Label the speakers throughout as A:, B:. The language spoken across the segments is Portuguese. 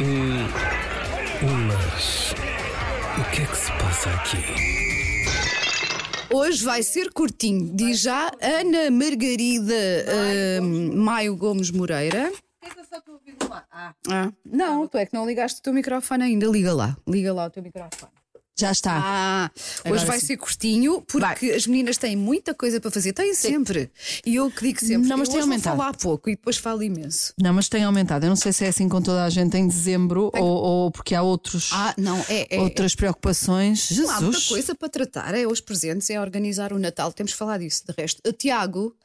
A: Hum, mas o que é que se passa aqui?
B: Hoje vai ser curtinho, diz já Ana Margarida ah, Maio Gomes Moreira. Ah, não, tu é que não ligaste o teu microfone ainda. Liga lá, liga lá o teu microfone.
C: Já está.
B: Ah,
C: Agora
B: hoje vai
C: sim.
B: ser curtinho porque as meninas têm muita coisa para fazer, têm sempre. E eu que digo sempre,
C: Não, mas
B: eu
C: tem
B: hoje vou
C: aumentado.
B: falar pouco e depois falo imenso.
C: Não, mas tem aumentado. Eu não sei se é assim com toda a gente em dezembro ou, ou porque há outros,
B: É Ah, não, é, é,
C: outras preocupações.
B: Não Há muita
C: Jesus.
B: coisa para tratar, é os presentes, é organizar o Natal, temos que falar disso. De resto, Uh, Tiago,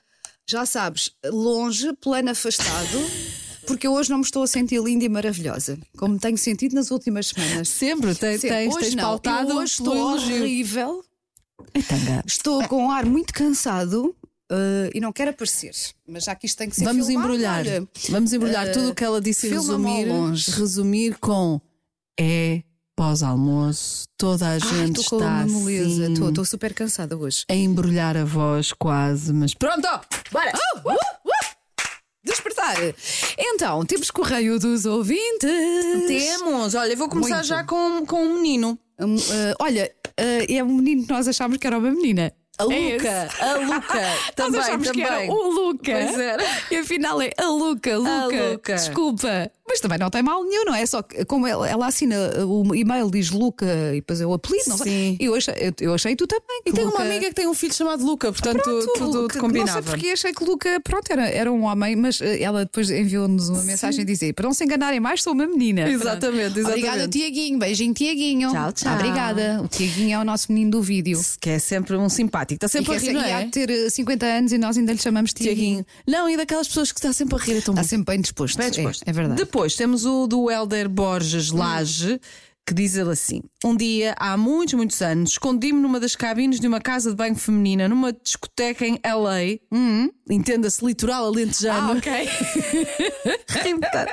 B: já sabes, longe, plano afastado, porque eu hoje não me estou a sentir linda e maravilhosa, como tenho sentido nas últimas semanas.
C: Sempre tem,
B: Sim,
C: tens,
B: hoje
C: tens
B: não,
C: pautado
B: eu
C: um
B: hoje
C: pelo
B: estou
C: elogio.
B: horrível,
C: Tanga.
B: estou com um ar muito cansado. uh, e não quero aparecer, mas já que isto tem que ser
C: Vamos
B: filmado,
C: embrulhar.
B: olha,
C: Vamos embrulhar
B: eh,
C: tudo o que ela disse e
B: filma-me ao
C: resumir.
B: longe.
C: Resumir com é pós-almoço, toda a
B: ai,
C: gente
B: Estou com
C: está
B: uma moleza,
C: assim,
B: estou estou super cansada hoje.
C: a embrulhar a voz quase, mas pronto!
B: Bora! Despertar! Então, temos correio dos ouvintes.
C: Temos! Olha, eu vou começar
B: Muito.
C: já com, com um menino.
B: Hum, eh, olha, eh, é um menino que nós achámos que era uma menina.
C: A
B: É
C: Luca,
B: esse.
C: a Luca, também,
B: nós achámos
C: também.
B: que era o Luca.
C: Pois era.
B: E afinal é a Luca,
C: A
B: Luca.
C: Luca.
B: Desculpa. Mas também não tem mal nenhum, não é? Só que como ela, ela assina o e-mail, diz Luca e depois é o apelido, não
C: Sim.
B: sei. Eu achei, eu, eu achei tu também.
C: E tenho uma amiga que tem um filho chamado Luca, portanto
B: Pronto,
C: tudo
B: Luca.
C: combinava.
B: Não é, sei porque achei que Luca, pronto, era, era um homem, mas eh, ela depois enviou-nos uma mensagem a dizer: para não se enganarem mais, sou uma menina.
C: Exatamente,
B: Pronto. Obrigada,
C: exatamente.
B: Tiaguinho. Beijinho, Tiaguinho.
C: Tchau, tchau.
B: Obrigada. O Tiaguinho é o nosso menino do vídeo.
C: Que é sempre um simpático, está
B: E
C: sempre a
B: quer
C: rir,
B: ser-
C: não
B: e há
C: é?
B: de ter eh, 50 anos e nós ainda lhe chamamos Tiaguinho.
C: Tiaguinho. Não, e daquelas pessoas que está sempre a rir, é tão
B: Está
C: bom.
B: sempre bem disposto.
C: Bem disposto.
B: É, é verdade. Hum.
C: Depois temos o do Helder Borges Lage, que diz ele assim: Um dia, há muitos, muitos anos, escondi-me numa das cabines de uma casa de banho feminina, numa discoteca em LA, entenda-se, litoral
B: Ah,
C: alentejano.
B: ok.
C: Ri-me tanto.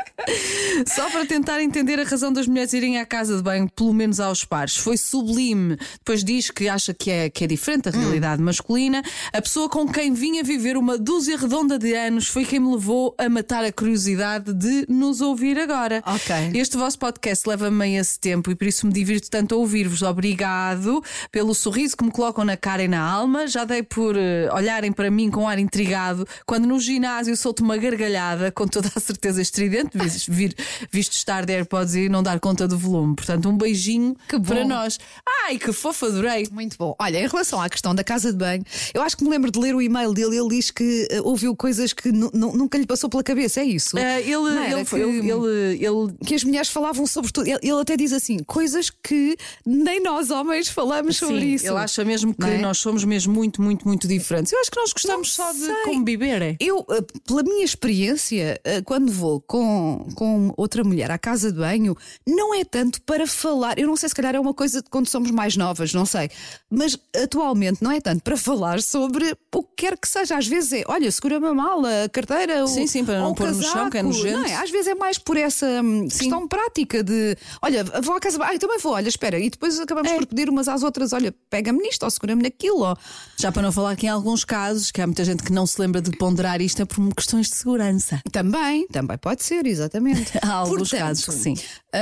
C: Só para tentar entender a razão das mulheres irem à casa de banho, pelo menos aos pares. Foi sublime. Depois diz que acha que é, que é diferente a realidade masculina. A pessoa com quem vinha viver uma dúzia redonda de anos foi quem me levou a matar a curiosidade de nos ouvir agora.
B: Ok.
C: Este vosso podcast leva-me a esse tempo e por isso me divirto tanto a ouvir-vos. Obrigado pelo sorriso que me colocam na cara e na alma. Já dei por eh, olharem para mim com ar intrigado quando no ginásio solto uma gargalhada, com toda a certeza estridente, vis- vir- visto estar de AirPods e não dar conta do volume. Portanto, um beijinho
B: Que bom.
C: para nós. Ai, que fofa, adorei.
B: Muito bom. Olha, em relação à questão da casa de banho, eu acho que me lembro de ler o e-mail dele. Ele diz que eh, ouviu coisas que nu- nu- nunca lhe passou pela cabeça, é isso?
C: Eh, ele,
B: Não era
C: ele,
B: que-
C: ele, ele, ele
B: que as mulheres falavam sobre tudo. Ele, ele até diz assim: coisas que nem nós homens falamos sobre
C: Sim,
B: isso.
C: Ele acha mesmo que
B: Não é?
C: nós somos mesmo muito, muito, muito diferentes. Eu acho que nós gostamos
B: Não
C: só de
B: sei.
C: conviver. é?
B: Eu, eh, pela minha experiência, eh, quando vou com, com outra mulher à casa de banho, não é tanto para falar. Eu não sei, se calhar é uma coisa de quando somos mais novas, não sei. Mas atualmente não é tanto para falar sobre o que quer que seja. Às vezes é, olha, segura-me a mala, a carteira,
C: Sim,
B: o,
C: sim, para
B: ou
C: não
B: o
C: pôr no chão,
B: casaco.
C: que é nojento.
B: Não é? Às vezes é mais por essa hum, questão prática de, olha, vou à casa de banho, ah, também vou, olha, espera. E depois
C: É.
B: acabamos por pedir umas às outras, olha, pega-me nisto ou segura-me naquilo. Ou,
C: Já para não falar que em alguns casos, que há muita gente que não se lembra de ponderar isto é por questões de segurança.
B: Também, também pode ser, exatamente.
C: Há alguns casos que sim.
B: ah,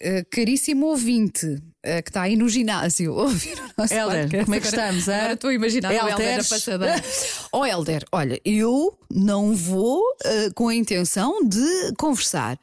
B: ah, caríssimo ouvinte ah, que está aí no ginásio, a ouvir o nosso
C: Helder,
B: podcast.
C: como é que
B: Agora-
C: estamos, hã?
B: Agora estou a imaginar o Helder a
C: Helderes.
B: passadeira. Ó Helder, olha, eu não vou ah, com a intenção de conversar.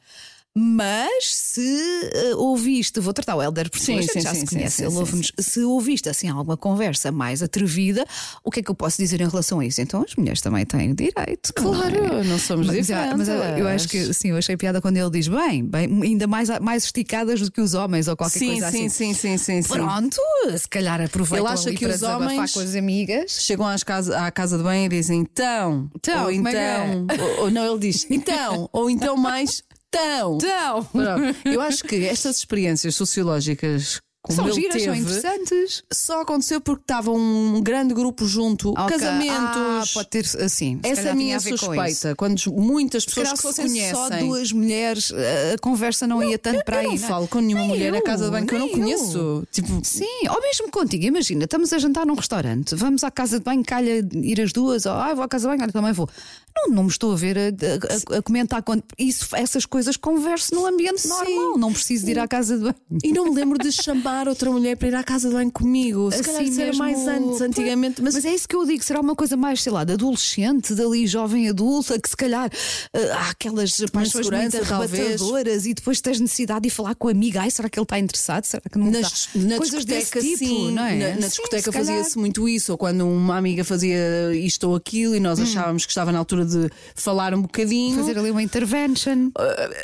B: Mas se ah, ouviste, vou tratar o Helder por
C: Sim,
B: sim,
C: sim,
B: já
C: sim,
B: se
C: sim,
B: conhece,
C: sim,
B: ele
C: sim,
B: ouve-nos. Se ouviste assim alguma conversa mais atrevida, o que é que eu posso dizer em relação a isso? Então as mulheres também têm o direito. não é?
C: Claro, não somos
B: Mas, ah,
C: diferentes.
B: mas eu, eu acho que sim, eu achei piada quando ele diz bem, bem ainda mais, mais esticadas do que os homens ou qualquer
C: Sim,
B: coisa
C: sim,
B: assim.
C: sim, sim, sim, sim.
B: Pronto, se calhar aproveitam
C: Ele acha
B: ali
C: que
B: para
C: os
B: desabafar
C: homens-
B: com as amigas.
C: Chegam às casa, à casa de banho e dizem então,
B: Então,
C: ou
B: como é que é?
C: então, ou, ou não, ele diz então, ou então mais tão.
B: Então,
C: Pronto. Eu acho que estas experiências sociológicas como
B: São
C: ele
B: giras, são
C: teve,
B: interessantes.
C: só aconteceu porque estava um grande grupo junto,
B: Ok. Ah,
C: casamentos.
B: pode ter assim. se
C: Essa é
B: calhar
C: a minha
B: tinha a ver com isso.
C: suspeita. Quando muitas
B: Se
C: pessoas
B: calhar
C: que
B: se
C: se
B: fossem
C: conhecem.
B: só duas mulheres, ah, a- a conversa não ia tanto para
C: eu
B: aí.
C: não
B: é?
C: falo com nenhuma
B: Nem
C: mulher na casa de banho que eu não
B: nem
C: conheço. Tipo,
B: Sim, ou mesmo contigo, imagina, estamos a jantar num restaurante, vamos à casa de banho, calha de ir as duas, ou ah, vou à casa de banho, olha, também vou. Não, não me estou a ver a, a- a comentar quando isso, essas coisas converso no ambiente normal, não preciso de ir à casa de banho.
C: E não me lembro de chamar outra mulher para ir à casa de banho comigo. Se calhar
B: Assim
C: isso era
B: mesmo-
C: mais antes, antigamente. Mas,
B: Mas é isso que eu digo, será uma coisa mais, sei lá, de adolescente, dali jovem adulta, que se calhar eh, há aquelas paixões muito
C: insegurança, talvez.
B: arrebatadoras e depois tens necessidade de ir falar com a amiga, ai, será que ele está interessado? Será que não
C: nas-
B: está?
C: na
B: coisas
C: discoteca,
B: desse tipo,
C: sim,
B: não é?
C: na, na
B: Sim, se
C: discoteca
B: calhar.
C: fazia-se muito isso, ou quando uma amiga fazia isto ou aquilo e nós achávamos que estava na altura de falar um bocadinho.
B: Fazer ali uma intervention.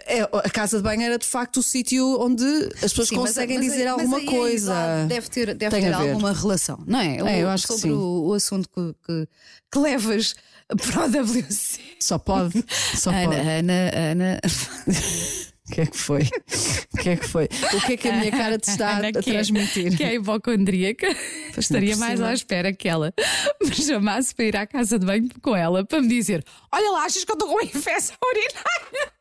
C: É, a casa de banho era de facto o sítio onde as pessoas
B: Sim, mas- é-
C: conseguem
B: mas-
C: dizer
B: mas
C: alguma
B: aí a
C: coisa.
B: idade Deve ter, deve
C: Tem
B: ter
C: a ver.
B: alguma relação, não é?
C: É,
B: O-
C: eu acho que
B: sobre
C: sim.
B: O, o assunto que, que- que levas para o WC.
C: Só pode. Só
B: Ana,
C: pode.
B: Ana, Ana.
C: O que é que foi? O que é que foi? O que é que a minha cara te está
D: Ana,
C: a
D: que é-
C: transmitir?
D: que é hipocondríaca. Estaria
C: por
D: mais
C: cima.
D: à espera que ela me chamasse para ir à casa de banho com ela para me dizer: Olha lá, achas que eu estou com uma infecção urinária?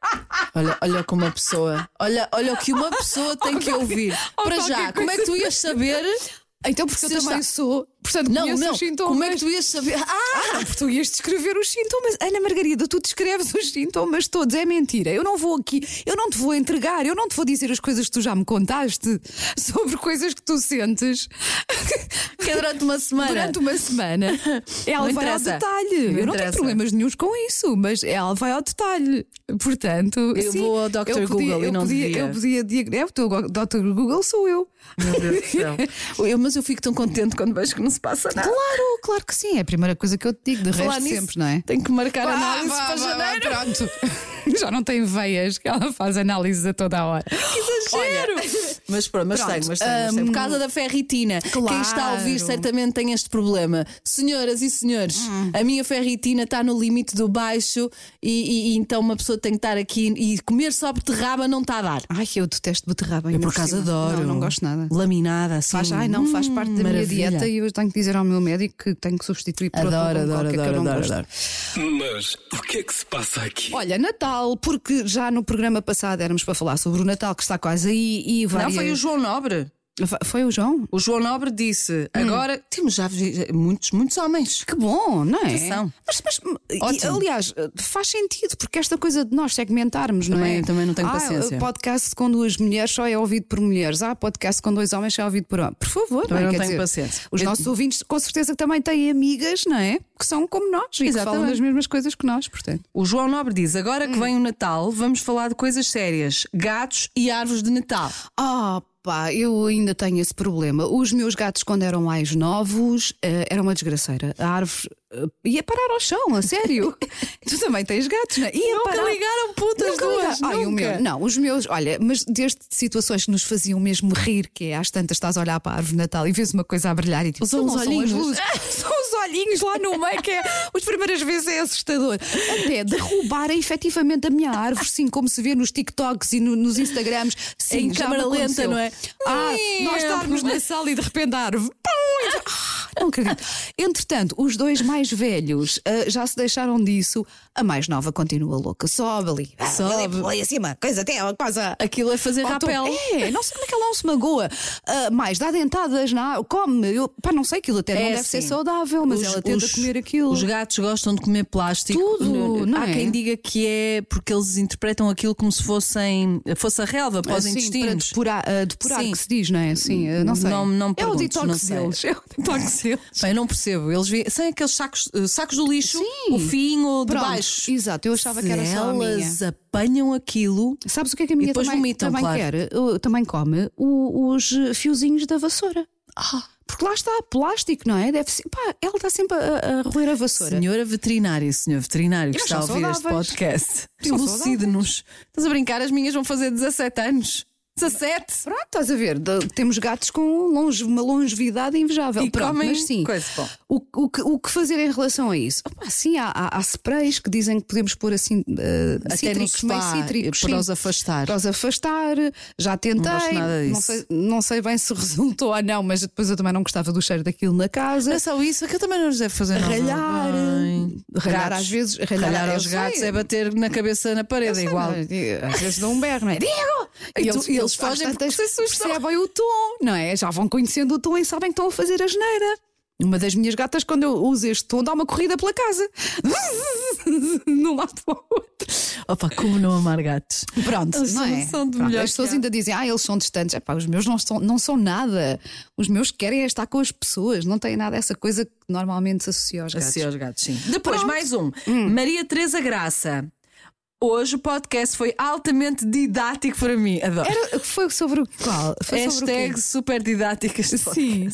C: Olha, olha como uma pessoa. Olha, olha o que uma pessoa tem que ouvir.
D: ou
C: Para
D: qualquer
C: já, como é que tu ias saber?
B: Então, porque
C: Se
B: eu também
C: está-
B: sou. Portanto,
C: Não,
B: conheço
C: não.
B: os sintomas.
C: Como é que tu ias saber? Ah!
B: Ah, porque tu ias descrever os sintomas. Ana Margarida, tu descreves os sintomas todos. É mentira. Eu não vou aqui, eu não te vou entregar, eu não te vou dizer as coisas que tu já me contaste sobre coisas que tu sentes
C: Que é durante uma semana.
B: durante uma semana. Ela
C: Não
B: vai ao
C: interessa.
B: detalhe.
C: Não
B: eu não tenho
C: interessa.
B: problemas nenhums com isso, mas ela vai ao detalhe. Portanto,
C: Eu
B: sim,
C: vou ao Dr.
B: eu podia-
C: Google e
B: eu
C: não
B: podia,
C: devia.
B: Eu podia diag- É, o teu go- Dr. Google sou eu.
C: Eu, mas eu fico tão contente quando vejo que não se passa nada.
B: Claro, claro que sim. É a primeira coisa que eu te digo, de
C: Falar
B: resto
C: nisso,
B: sempre, não é?
C: Tenho que marcar
B: Ah,
C: análise
B: vá,
C: para
B: vá, vá,
C: janeiro.
D: Pronto, já não tem veias que ela faz análises a toda a hora.
C: Olha, mas pronto, mas
B: Pronto, um,
C: tenho, mas tenho, mas tenho. Por causa da ferritina. Quem está a ouvir
B: Claro.
C: certamente tem este problema. Senhoras e senhores,
B: Hum.
C: a minha ferritina está no limite do baixo e, e- e então uma pessoa tem que estar aqui e comer só beterraba não está a dar.
B: Ai, eu detesto beterraba.
C: Eu
B: ainda
C: por acaso
B: cima.
C: adoro.
B: Não, não gosto nada.
C: Laminada, assim.
B: Faz, ai, não, faz parte da minha
C: maravilha.
B: dieta e eu tenho que dizer ao meu médico que tenho que substituir por outro
C: Adoro,
B: com
C: adoro,
B: qualquer que eu
C: adoro,
B: não
C: adoro,
B: gosto.
C: adoro.
A: Mas o que é que se passa aqui?
B: Olha, Natal, porque já no programa passado éramos para falar sobre o Natal que está quase aí e
C: Não,
B: várias...
C: foi o João Nobre.
B: Va- Foi o João?
C: O João Nobre disse:
B: Hum.
C: agora temos já vi- muitos, muitos homens.
B: Que bom, não é?
C: Atenção.
B: Mas, mas e,
C: Ótimo.
B: aliás, faz sentido, porque esta coisa de nós segmentarmos,
C: Também-
B: não é?
C: também não tenho
B: ah,
C: paciência.
B: Podcast com duas mulheres só é ouvido por mulheres. Ah, podcast com dois homens só é ouvido por homens. Por favor,
C: Também
B: é?
C: não
B: Quer
C: tenho
B: dizer,
C: paciência.
B: Os
C: Eu-
B: nossos ouvintes, com certeza, que também têm amigas, não é? Que são como nós e que falam
C: Exatamente.
B: das mesmas coisas que nós, portanto.
C: O João Nobre diz: agora
B: Hum.
C: que vem o Natal, vamos falar de coisas sérias: gatos e árvores de Natal.
B: Ah, pá, eu ainda tenho esse problema. Os meus gatos, quando eram mais novos, eh, era uma desgraceira. A árvore eh, ia parar ao chão, a sério. tu também tens gatos, não é? Ia parar.
C: ligaram putas
B: Nunca ligaram. Ai, o meu- não, os meus, olha, mas desde situações que nos faziam mesmo rir, que é às tantas estás a olhar para a árvore de Natal e vês uma coisa a brilhar e tipo,
C: São
B: "Não
C: os olhinhos."
B: São, as luzes. são os olhinhos lá no meio, que é as primeiras vezes é assustador. Até derrubarem efetivamente a minha árvore, sim, como se vê nos TikToks e no- nos Instagrams, sim,
C: Em
B: já
C: câmara
B: me
C: lenta,
B: aconteceu.
C: não é?
B: Ah,
C: Sim,
B: nós
C: é um
B: estarmos na sala e de repente a árvore. pum, e- Ah, Não acredito. Entretanto, os dois mais velhos ah, já se deixaram disso. A mais nova continua louca. Sobe ali. ah,
C: Sobe.
B: Ali acima. Coisa até quase. a-
C: Aquilo é fazer
B: ao tom.
C: rapel.
B: É, não sei como é que ela não se magoa. Ah, mais, dá dentadas, na, come. Eu, pá, não sei, aquilo até não
C: É
B: deve ser
C: assim.
B: saudável, Oh, mas ela tenta comer aquilo.
C: Os gatos gostam de comer plástico.
B: Tudo, não
C: Há
B: é?
C: quem diga que é porque eles interpretam aquilo como se fossem, fosse a relva para os
B: Assim, para
C: intestinos.
B: depurar, ah, depurar
C: Sim.
B: que se diz, não é? Sim, ah, não sei.
C: Não- não
B: é o
C: perguntes,
B: detox
C: não sei.
B: deles. É o detox deles.
C: Bem, não percebo. Eles vi... São aqueles sacos, eh, sacos do lixo,
B: Sim.
C: o fim ou de
B: Pronto,
C: baixo.
B: Exato, eu achava
C: Se
B: que era só a minha.
C: elas apanham aquilo.
B: Sabes o que é que a
C: E
B: minha
C: depois
B: também,
C: vomitam,
B: também
C: claro.
B: quer? Uh, também come o- os uh, fiozinhos da vassoura.
C: Ah.
B: Porque lá está plástico, não é? Deve ser, pá, ela está sempre a, a roer a vassoura.
C: Senhora veterinária e senhor veterinário que
B: Eles
C: está a
B: são
C: ouvir este
B: saudáveis.
C: podcast,
B: São
C: elucide-nos. Estás a brincar? As minhas vão fazer 17 anos. 17.
B: Pronto, estás a ver, de- temos gatos com longe- uma longevidade invejável.
C: E
B: Pronto,
C: comem
B: mas sim.
C: coisa, bom.
B: O, o que, o que fazer em relação a isso? Opa, sim, há, há- há sprays que dizem que podemos pôr assim eh,
C: Até
B: cítricos,
C: no
B: meio
C: spa,
B: cítricos.
C: eh, para
B: sim.
C: os afastar.
B: Para os afastar. Já tentei.
C: gosto nada disso.
B: sei, não sei bem se resultou ou não, mas depois eu também não gostava do cheiro daquilo na casa.
C: É só isso, aquilo também não nos deve fazer nada.
B: Ralhar,
C: Bem.
B: ralhar
C: Gatos.
B: às vezes, ralhar,
C: Ralhar
B: eu
C: aos
B: sei,
C: gatos é bater na cabeça na parede, é igual.
B: Às vezes dão um berro, não é? Diego!
C: E eles- eles fogem porque se assustam.
B: percebem o tom, não é? Já vão conhecendo o tom e sabem que estão a fazer a geneira. Uma das minhas gatas, quando eu uso este tom, dá uma corrida pela casa. De um lado para o outro.
C: Opa, como não amar gatos?
B: Pronto,
C: Eles
B: não
C: são-
B: é?
C: são de
B: Pronto,
C: melhor
B: as pessoas
C: que há.
B: ainda dizem, ah, eles são distantes. Epá, os meus não são, não são nada. Os meus querem é estar com as pessoas. Não têm nada essa coisa que normalmente se associa aos gatos. Hum.
C: Assim aos gatos, sim. Depois, mais um. Maria Teresa Graça. Hoje o podcast foi altamente didático para mim. Adoro.
B: Era- foi sobre o qual? Foi sobre o quê?
C: Hashtag super didáticas.
B: Sim.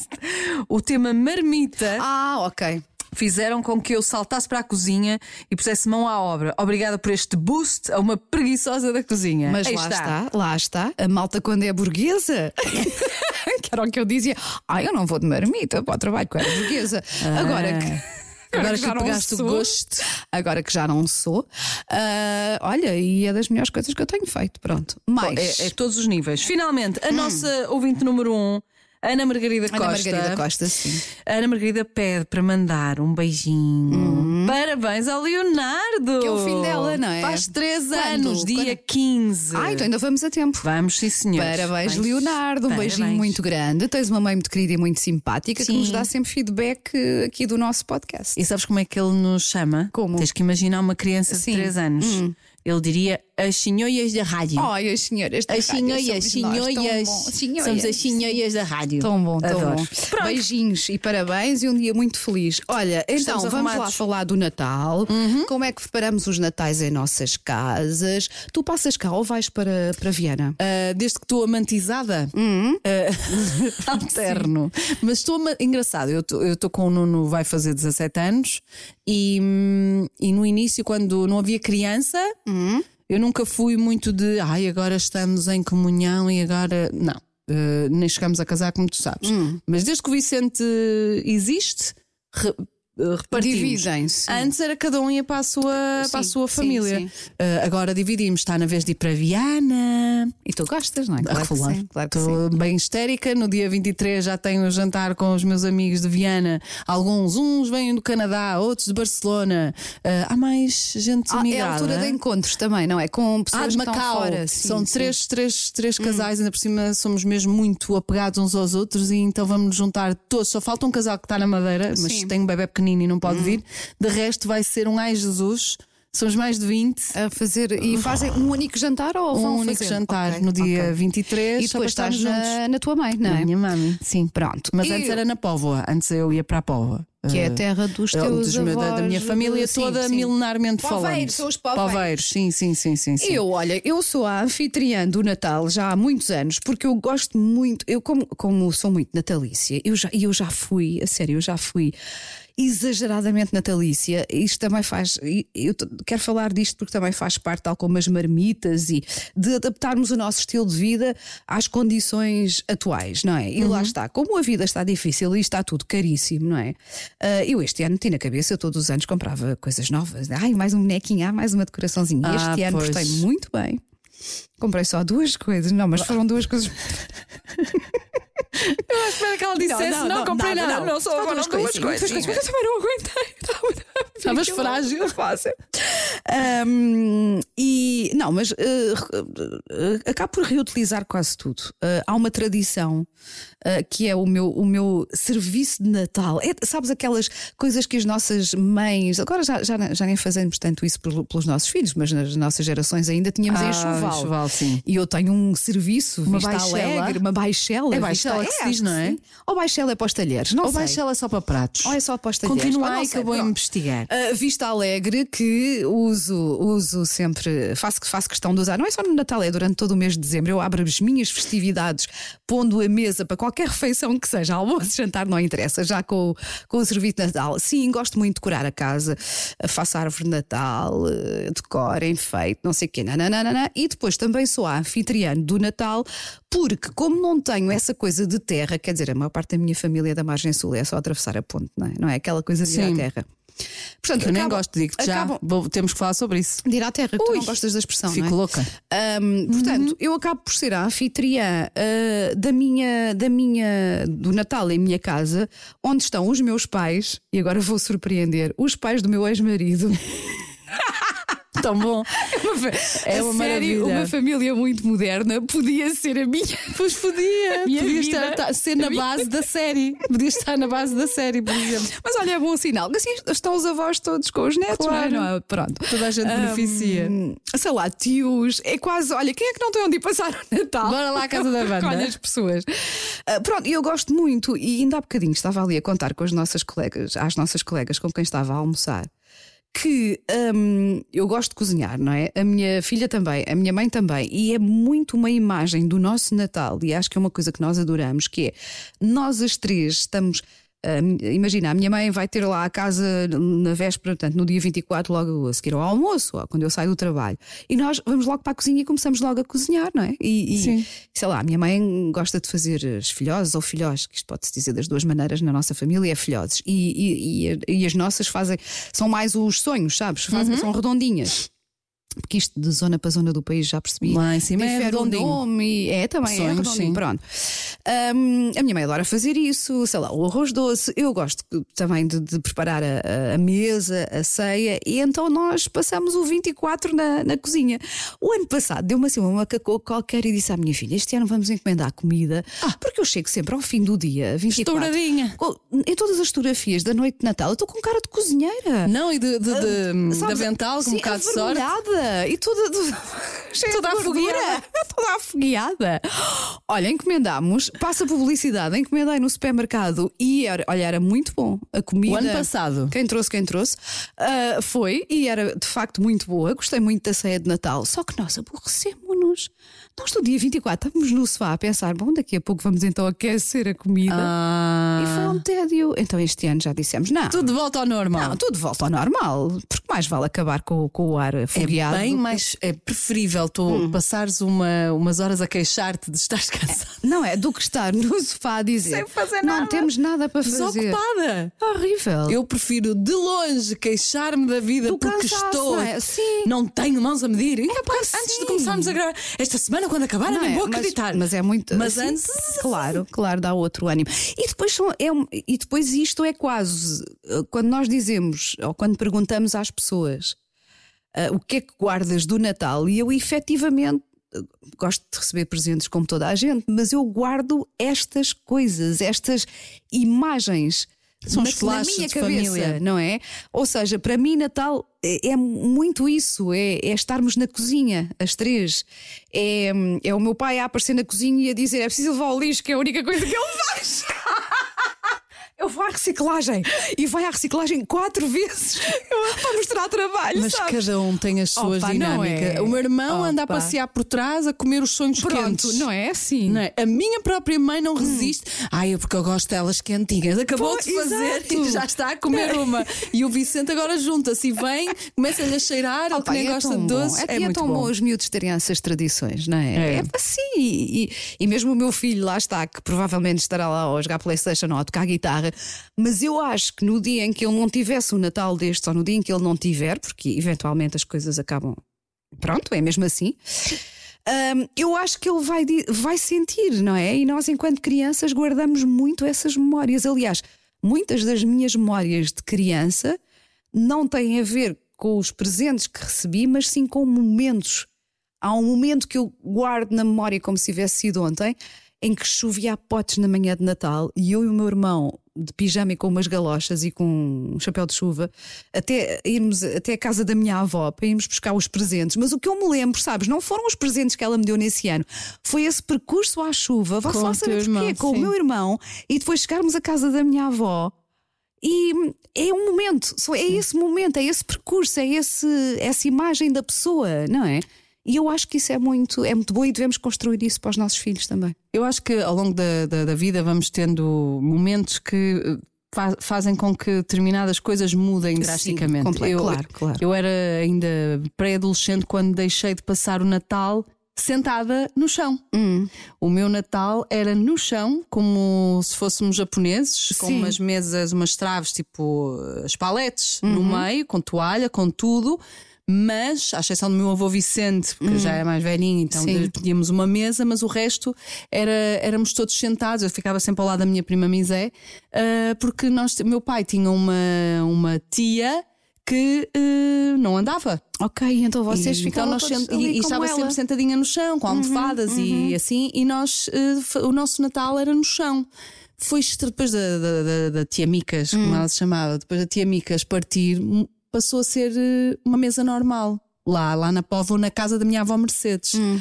C: O tema marmita
B: Ah, ok.
C: É. fizeram com que eu saltasse para a cozinha e pusesse mão à obra. Obrigada por este boost a uma preguiçosa da cozinha.
B: Mas
C: Aí
B: lá está. lá está, a malta quando é burguesa. que era o que eu dizia. Ah, eu não vou de marmita para o trabalho quando era burguesa. Agora que.
C: Ah. Agora
B: já
C: que
B: não
C: pegaste o
B: sou,
C: gosto.
B: Agora que já não sou. ah, olha, e é das melhores coisas que eu tenho feito. Pronto. Mais.
C: É, é todos os níveis. Finalmente, a nossa ouvinte número um, Ana Margarida
B: Hum. Ana Margarida Costa, sim.
C: Ana Margarida pede para mandar um beijinho. Parabéns ao Leonardo!
B: Uhum. Que é o filho dela, não é?
C: Faz 3
B: Quando?
C: anos, dia
B: Quando?
C: 15.
B: Ah, então ainda vamos a tempo.
C: Vamos, sim, senhor.
B: Parabéns, Leonardo. Um beijinho muito grande. Tens uma mãe muito querida e muito simpática que
C: Sim.
B: nos dá sempre feedback eh, aqui do nosso podcast.
C: E sabes como é que ele nos chama?
B: Como?
C: Tens que imaginar uma criança
B: Sim. Hum.
C: de 3 anos. Ele diria as senhoras da rádio.
B: Ai, as senhoras. da
C: as
B: Oh, rádio somos
C: senhoras,
B: nós, tão
C: senhoras.
B: bom.
C: Somos as senhoras da rádio.
B: Tão bom, tão
C: Adoro.
B: bom. Beijinhos e parabéns e um dia muito feliz. Olha, então
C: Estamos
B: vamos lá
C: arrumados. Uhum.
B: falar do Natal. Como é que preparamos os Natais em nossas casas? Tu passas cá ou vais para, para Viana?
C: Uh, desde que estou amantizada,
B: Uhum.
C: uh, alterno. Mas estou ama- engraçado, eu estou- eu estou com o Nuno, vai fazer 17 anos, e, hum, e no início, quando não havia criança,
B: Uhum.
C: eu nunca fui muito de ai, agora estamos em comunhão e agora. Não. Uh, nem chegamos a casar, como tu sabes.
B: Uhum.
C: Mas desde que o Vicente existe, re, uh, repartimos.
B: Dividem-se.
C: Antes era cada um ia para a sua, para a
B: Sim,
C: sua
B: sim,
C: família.
B: sim.
C: Uh, agora dividimos, está na vez de ir para Viana
B: E tu gostas, não é? Claro que
C: arrefolar.
B: sim, claro que sim.
C: Estou bem histérica. No dia 23 já tenho o jantar com os meus amigos de Viana. Alguns, uns vêm do Canadá, outros de Barcelona. Ah, há mais gente
B: Ah, é
C: imigrada.
B: a altura de encontros também, não é? Com pessoas
C: Ah, de
B: que estão
C: Macau.
B: fora. Sim,
C: São
B: sim. Hum.
C: três, três, três casais, ainda por cima somos mesmo muito apegados uns aos outros e então vamos nos juntar todos. Só falta um casal que está na Madeira, mas
B: Sim. Hum.
C: tem um bebê pequenino e não pode vir. De resto, vai ser um Ai Jesus. Somos mais de 20.
B: A fazer e fazem um único jantar ou
C: Um
B: vão
C: único
B: fazer?
C: jantar
B: Ok,
C: no dia
B: ok.
C: 23.
B: E
C: só para
B: depois estás
C: estarmos juntos.
B: na, na tua mãe, não é?
C: Da minha mãe, sim.
B: Pronto.
C: Mas
B: E-
C: antes era na Póvoa, antes eu ia para a Póvoa.
B: Que é
C: Eh,
B: a terra dos
C: eh,
B: teus
C: dos meus- da- da minha
B: avós,
C: família
B: de- sim,
C: toda,
B: sim.
C: milenarmente
B: Poveiros,
C: falando.
B: são os poveiros.
C: sim, sim, sim, sim. sim.
B: Eu, olha, eu sou a anfitriã do Natal já há muitos anos, porque eu gosto muito, eu como, como sou muito natalícia, eu já, e eu já fui, a sério, eu já fui exageradamente natalícia. Isto também faz, e eu t- quero falar disto porque também faz parte, tal como as marmitas, e de adaptarmos o nosso estilo de vida às condições atuais, não é? E lá está, como a vida está difícil e está tudo caríssimo, não é? Ah, eu este ano tinha na cabeça, eu todos os anos comprava coisas novas. Ai, mais um bonequinho, ah, mais uma decoraçãozinha. E este
C: Ah,
B: ano
C: pois.
B: gostei muito bem. Comprei só duas coisas, não, mas foram duas coisas.
C: espero que ela dissesse:
B: não, não, nada, não. Só duas coisinhas,
C: Eu também não aguentei. Estavas frágil.
B: fácil. Ahm, e não, mas eh, eh, acabo por reutilizar quase tudo. Eh, há uma tradição eh, que é o meu, o meu serviço de Natal. É, sabes aquelas coisas que as nossas mães, agora já, já, já nem fazemos tanto isso pelo- pelos nossos filhos, mas nas nossas gerações ainda tínhamos
C: Ah,
B: em enxoval.
C: enxoval, sim.
B: E eu tenho um serviço,
C: Uma
B: uma vista
C: baixela?
B: alegre, uma baixela.
C: É
B: vista-
C: baixela que se
B: acho
C: diz, não é?
B: sim. Ou baixela é para os talheres, não
C: Ou
B: sei.
C: baixa ela só para pratos.
B: Ou é só para os talheres.
C: Continua
B: Ah, não
C: aí que
B: sei,
C: eu vou
B: pronto.
C: investigar.
B: Uh, Vista Alegre, que uso, uso sempre, faço faço, que faço questão de usar, não é só no Natal, é durante todo o mês de dezembro. Eu abro as minhas festividades pondo a mesa para qualquer refeição que seja, almoço, jantar, não interessa, já com, o- com o serviço de Natal. Sim, gosto muito de decorar a casa, ah, faço árvore de Natal, eh, decoro, enfeite, não sei o quê, nananana. E depois também sou a anfitriã do Natal, porque como não tenho essa coisa de terra, quer dizer, a maior parte da minha família é da margem sul, é só atravessar a ponte, não é? Não é aquela coisa de ir à
C: Sim.
B: terra. Portanto,
C: Eu nem
B: acabam-
C: gosto, digo-te já.
B: acabam-
C: Vou- temos que falar sobre isso.
B: de ir à terra, que tu
C: Ui,
B: não gostas da expressão.
C: fico
B: não é?
C: louca. Uhum.
B: Ahm, portanto, eu acabo por ser a anfitriã ah, da, minha, da minha. do Natal em minha casa, onde estão os meus pais, e agora vou surpreender, os pais do meu ex-marido.
C: Tão bom. É
D: sério,
C: uma maravilha.
D: uma família muito moderna podia ser a minha.
C: Pois podia.
D: Minha
C: podia
D: vida.
C: estar, tá- ser na base da série. Podia estar na base da série, por exemplo.
B: Mas olha, é bom sinal, que assim estão os avós todos com os netos,
C: Claro.
B: não é? Não é? Pronto.
C: Toda a gente beneficia.
B: Hum, sei lá, tios, é quase. Olha, quem é que não tem onde ir passar o Natal?
C: Bora lá à casa da banda.
B: Recolhe as pessoas. Ah, pronto, eu gosto muito, e ainda há bocadinho estava ali a contar com as nossas colegas, às nossas colegas com quem estava a almoçar. Que hum, eu gosto de cozinhar, não é? A minha filha também, a minha mãe também, e é muito uma imagem do nosso Natal, e acho que é uma coisa que nós adoramos, que é nós as três estamos a mi- Ah, Imagina, a minha mãe vai ter lá a casa na véspera, portanto, no dia 24, logo a seguir ao almoço, ou quando eu saio do trabalho. E nós vamos logo para a cozinha e começamos logo a cozinhar, não é? E, e,
C: Sim.
B: sei lá, a minha mãe gosta de fazer as filhoses ou filhós, que isto pode-se dizer das duas maneiras na nossa família, é filhoses. E, e, e- e as nossas fazem, são mais os sonhos, sabes? Fazem- São redondinhas. Porque isto de zona para zona do país já percebi.
C: Lá em cima é
B: Difere o
C: redondinho.
B: nome, é também é
C: Sonhos,
B: redondinho,
C: sim.
B: Pronto. Hum, a minha mãe adora fazer isso, sei lá, o arroz doce. Eu gosto que- também de, de preparar a, a- a mesa, a ceia, e então nós passamos o 24 na, na cozinha. O ano passado deu-me assim uma cacou qualquer e disse à minha filha: Este ano vamos encomendar comida, porque eu chego sempre ao fim do dia, 24.
C: Ah. Estouradinha.
B: Com- Em todas as fotografias da noite de Natal, eu estou com cara de cozinheira.
C: Não, e de, de, de, de
B: Ah, Sabes,
C: avental, com um
B: sim, é
C: bocado de sorte.
B: avermelhada E toda, cheia
C: Toda
B: de gordura.
C: afogueada.
B: Toda afogueada. Olha, encomendámos, passa publicidade, encomendei no supermercado e era, olha, era muito bom. A comida.
C: O ano passado.
B: Quem trouxe, quem trouxe, ah, foi e era de facto muito boa. Gostei muito da ceia de Natal. Só que nós aborrecemos-nos. Nós, no dia 24, estávamos no sofá a pensar: bom, daqui a pouco vamos então aquecer a comida.
C: Ah,
B: E foi um tédio. Então, este ano já dissemos: não.
C: tudo de volta ao normal.
B: Não, tudo volta ao normal, porque mais vale acabar com, com o ar afogueado.
C: É Bem mais é preferível tu passares uma, umas horas a queixar-te de estar cansada.
B: Não Hum. é do que estar no sofá a dizer
C: Sem fazer
B: não
C: nada.
B: temos nada para fazer.
C: Desocupada.
B: Horrível.
C: Eu prefiro de longe queixar-me da vida
B: Do
C: porque
B: cansaço,
C: estou.
B: não é? Sim.
C: não tenho mãos a medir. Ainda bem,
B: sim.
C: antes de começarmos a gravar esta semana, quando acabar,
B: Não
C: nem
B: é?
C: vou
B: Mas-
C: acreditar.
B: Mas, é muito.
C: Mas
B: sim,
C: antes.
B: Claro, claro, dá outro ânimo. E depois, são, é, um- e depois isto é quase. eh, Quando nós dizemos, ou quando perguntamos às pessoas eh, o que é que guardas do Natal, e eu efetivamente. eh, Gosto de receber presentes como toda a gente, mas eu guardo estas coisas, estas imagens
C: São os
B: na- na
C: flashes
B: minha
C: de
B: cabeça,
C: família.
B: não é? Ou seja, para mim, Natal é, é muito isso: é, é estarmos na cozinha, as três. É, é o meu pai a aparecer na cozinha e a dizer: é preciso levar o lixo, que é a única coisa que ele faz. Eu vou à reciclagem e vai à reciclagem quatro vezes para mostrar trabalho.
C: Mas
B: sabes?
C: cada um tem as suas
B: Opa, não
C: dinâmicas.
B: é?
C: O meu irmão anda a
B: Opa.
C: passear por trás a comer os sonhos
B: Pronto,
C: quentes.
B: não é assim?
C: Não é? A minha própria mãe não resiste. Ai, é porque eu gosto delas quentinhas. Acabou
B: Pô,
C: de fazer
B: exato.
C: e já está a comer uma. E o Vicente agora junta-se e vem, começa-lhe a cheirar, ele
B: Opa,
C: também
B: é
C: gosta
B: tão
C: de doce.
B: Bom. É,
C: É,
B: é
C: muito
B: tão
C: bom.
B: bom os miúdos terem essas tradições, não é?
C: É.
B: assim. E, e mesmo o meu filho lá está, que provavelmente estará lá ou a jogar Playstation ou a tocar guitarra, mas eu acho que no dia em que ele não tivesse um Natal destes, ou no dia em que ele não tiver, porque eventualmente as coisas acabam. Pronto, é mesmo assim. hum, eu acho que ele vai, di- vai sentir, não é? E nós, enquanto crianças, guardamos muito essas memórias. Aliás, muitas das minhas memórias de criança não têm a ver com os presentes que recebi, mas sim com momentos. Há um momento que eu guardo na memória como se tivesse sido ontem, em que chovia a potes na manhã de Natal e eu e o meu irmão, de pijama e com umas galochas e com um chapéu de chuva, até irmos até a casa da minha avó para irmos buscar os presentes. Mas o que eu me lembro, sabes, não foram os presentes que ela me deu nesse ano, foi esse percurso à chuva. Vá
C: Com
B: só
C: o
B: saber
C: teu
B: porquê,
C: irmão,
B: com o
C: sim.
B: meu irmão, e depois chegarmos à casa da minha avó. E é um momento, só é esse momento, é esse percurso, é esse, essa imagem da pessoa, não é? E eu acho que isso é muito, é muito bom e devemos construir isso para os nossos filhos também.
C: Eu acho que ao longo da, da, da vida vamos tendo momentos que eh, fa- fazem com que determinadas coisas mudem drasticamente.
B: completo,
C: eu,
B: claro, claro.
C: eu era ainda pré-adolescente quando deixei de passar o Natal sentada no chão.
B: Hum.
C: O meu Natal era no chão, como se fôssemos japoneses, com
B: Sim.
C: umas mesas, umas traves, tipo eh, as paletes, no meio, com toalha, com tudo. Mas, à exceção do meu avô Vicente, porque já é mais velhinho, então
B: Sim.
C: tínhamos uma mesa, mas o resto era, éramos todos sentados. Eu ficava sempre ao lado da minha prima Misé, ah, porque nós, t- meu pai tinha uma, uma tia que ah, não andava.
B: Ok, então vocês
C: E
B: ficaram
C: nós
B: todos
C: sent-
B: ali
C: e, e
B: como
C: estava
B: ela. Uhum,
C: sempre sentadinha no chão, com almofadas e assim, e nós eh, fa- o nosso Natal era no chão. Foi estra- depois da, da- da- da tia Micas,
B: Hum.
C: como ela se chamava, depois da tia Micas partir, m- passou a ser eh, uma mesa normal. Lá, lá na Póvoa, na casa da minha avó Mercedes.
B: Hum.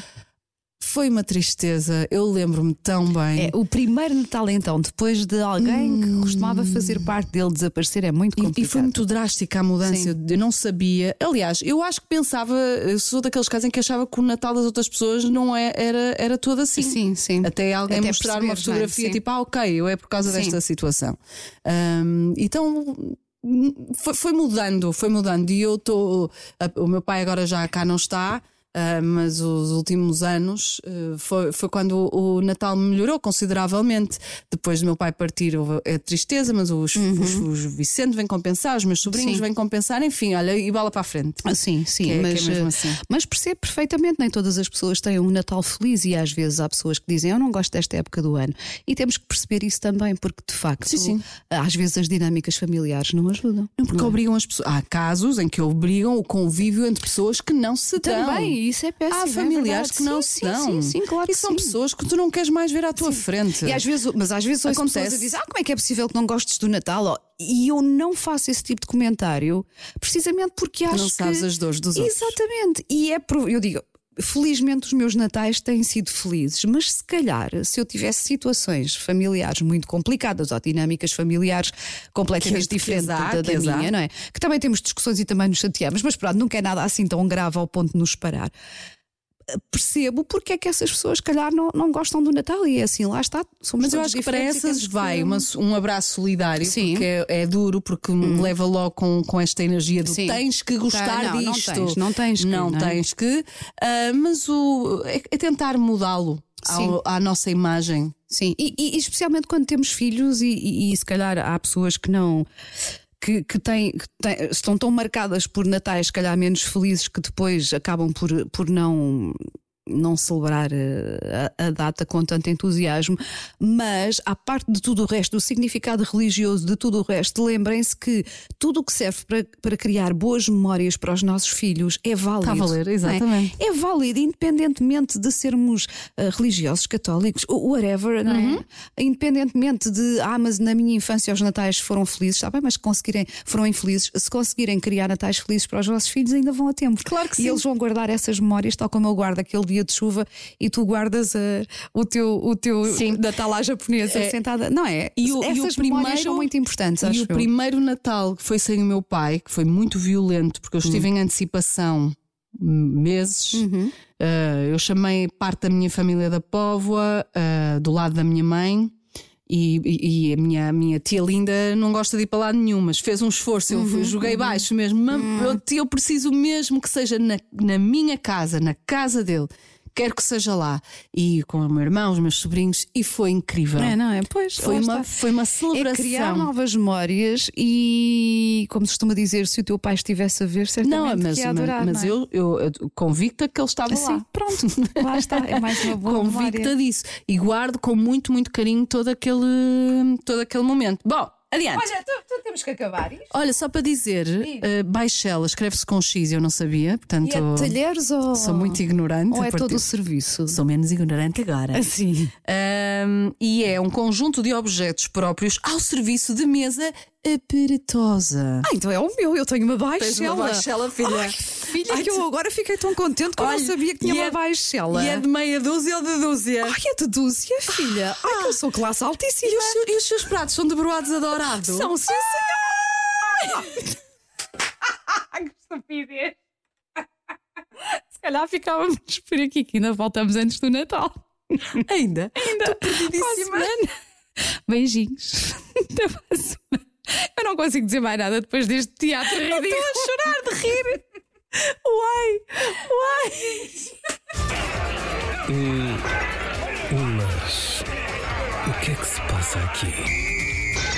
C: Foi uma tristeza, eu lembro-me tão bem.
B: É, o primeiro Natal, então, depois de alguém que costumava fazer parte dele desaparecer, é muito complicado.
C: E foi muito drástica a mudança, eu, eu não sabia. Aliás, eu acho que pensava, eu sou daqueles casos em que achava que o Natal das outras pessoas não é- era, era todo assim.
B: Sim, sim.
C: Até alguém
B: Até
C: mostrar
B: perceberes, não
C: uma
B: é?
C: fotografia
B: Sim.
C: tipo, ah, ok, eu é por causa
B: Sim.
C: desta situação. Ahm, então. Foi, foi mudando, foi mudando. E eu estou. O meu pai agora já cá não está, ah, mas os últimos anos ah, foi, foi quando o, o Natal melhorou consideravelmente. Depois do meu pai partir, houve a tristeza, mas os, os, os Vicente vêm compensar, os meus sobrinhos
B: Uhum. Sim.
C: vêm compensar, enfim, olha, e bola para a frente.
B: Ah, Sim, sim,
C: Que é- que é
B: mas,
C: mesmo
B: eh,
C: assim.
B: mas percebo perfeitamente, nem todas as pessoas têm um Natal feliz e às vezes há pessoas que dizem eu não gosto desta época do ano. E temos que perceber isso também, porque de facto
C: Sim, sim.
B: às vezes as dinâmicas familiares não ajudam.
C: Não, porque obrigam as pessoas. Há casos em que obrigam o convívio entre pessoas que não se dão.
B: Também, isso é péssimo.
C: Há
B: é
C: familiares
B: verdade.
C: que não
B: Sim,
C: se
B: sim,
C: dão.
B: Sim, sim, claro
C: E
B: que
C: são
B: sim.
C: pessoas que tu não queres mais ver à tua frente.
B: E às vezes, mas às vezes ouço
C: Acontece.
B: pessoas a dizer ah, como é que é possível que não gostes do Natal? Ó, E eu não faço esse tipo de comentário precisamente porque acho
C: não sabes
B: que...
C: as dores dos outros.
B: Exatamente. E é prov- eu digo, felizmente os meus natais têm sido felizes, mas se calhar se eu tivesse situações familiares muito complicadas ou dinâmicas familiares completamente
C: Que- que
B: diferentes
C: azar,
B: da, da
C: que azar.
B: minha, não é? Que também temos discussões e também nos chateamos, mas pronto, nunca é nada assim tão grave ao ponto de nos parar. Percebo porque é que essas pessoas, se calhar, não, não gostam do Natal e é assim, lá está. Somos
C: Mas eu
B: todos
C: acho que para
B: diferentes e
C: essas
B: temos que-
C: vai uma so- um abraço solidário,
B: Sim. Hum.
C: porque é, é duro, porque me leva logo com, com esta energia do
B: Sim.
C: tens que gostar
B: Tá, não, não
C: disto.
B: tens, não tens que,
C: Não
B: não é?
C: tens que, ah, mas o, é, é tentar mudá-lo ao- à nossa imagem.
B: Sim, e, e- e especialmente quando temos filhos, e, e- e se calhar há pessoas que não. Que, que, têm, que têm- estão tão marcadas por natais, se calhar menos felizes, que depois acabam por, por não, não celebrar eh, a, a data com tanto entusiasmo. Mas, à parte de tudo o resto, do significado religioso de tudo o resto, lembrem-se que tudo o que serve para, para criar boas memórias para os nossos filhos é válido.
C: Está a valer,
B: não é?
C: exatamente.
B: é válido, independentemente de sermos ah, religiosos, católicos, ou whatever, não
C: Uhum.
B: é? Independentemente de, ah, mas na minha infância os natais foram felizes, está bem, mas se conseguirem, foram infelizes, se conseguirem criar natais felizes para os vossos filhos, ainda vão a tempo. Claro que e
C: sim.
B: eles vão guardar essas memórias, tal como eu guardo aquele dia de chuva e tu guardas ah, o teu, o teu Natal à japonesa sentada, não é?
C: E o- e o
B: Essas memórias
C: primeiro-
B: são muito importantes,
C: E
B: acho
C: o
B: eu.
C: primeiro Natal que foi sem o meu pai, que foi muito violento, porque eu
B: Hum.
C: estive em antecipação hum, meses.
B: Uhum.
C: Ah, eu chamei parte da minha família da Póvoa, ah, do lado da minha mãe. E, e- e a minha, a minha tia linda não gosta de ir para lado nenhum, mas fez um esforço. Eu
B: Uhum,
C: fui- joguei baixo mesmo. "Mam,
B: Hum.
C: Eu, tia, eu preciso mesmo que seja na, na minha casa, na casa dele. Quero que seja lá. E com o meu irmão, os meus sobrinhos, e foi incrível.
B: É, não é? Pois,
C: Foi
B: lá
C: uma,
B: está.
C: foi uma
B: É
C: celebração.
B: criar novas memórias e, como se costuma dizer, se o teu pai estivesse a ver, certamente
C: Não, mas,
B: que ia
C: mas-
B: adorar.
C: mas
B: não é?
C: eu, eu, eu convicta que ele estava
B: Sim,
C: lá.
B: pronto, lá está, é mais uma boa
C: Convicta
B: memória.
C: disso. E guardo com muito, muito carinho todo aquele, todo aquele momento. Bom, adiante. Olha,
B: é, temos que acabar isto.
C: só para dizer, eh, Baixela escreve-se com X, eu não sabia, portanto.
B: E é talheres ou,
C: Sou muito ignorante.
B: ou
C: a
B: é
C: partir-
B: todo o serviço?
C: Sou menos ignorante agora.
B: Assim.
C: Ahm, e é um conjunto de objetos próprios ao serviço de mesa eh, aperitosa.
B: Ah, então é o meu, eu tenho uma
C: Tens uma
B: baixela.
C: baixela, filha.
B: Ai, filha, que eu agora fiquei tão contente que eu
C: Olha,
B: não sabia que tinha
C: e
B: uma
C: é-
B: baixela.
C: E é de meia dúzia ou de dúzia?
B: Ai, é de dúzia, filha. Ai, que eu sou classe altíssima.
C: E os, seu- e os seus pratos são de broados a dourado?
B: São, sim, senhor.
D: que estupidez! Se
B: calhar ficávamos por aqui, que ainda voltamos antes do Natal.
C: Ainda? Ainda. Estou perdidíssima.
B: Beijinhos. Até para a semana. Eu não consigo dizer mais nada depois deste teatro ridículo.
C: chorar de rir. Uai, uai.
A: Mas o que é que se passa aqui?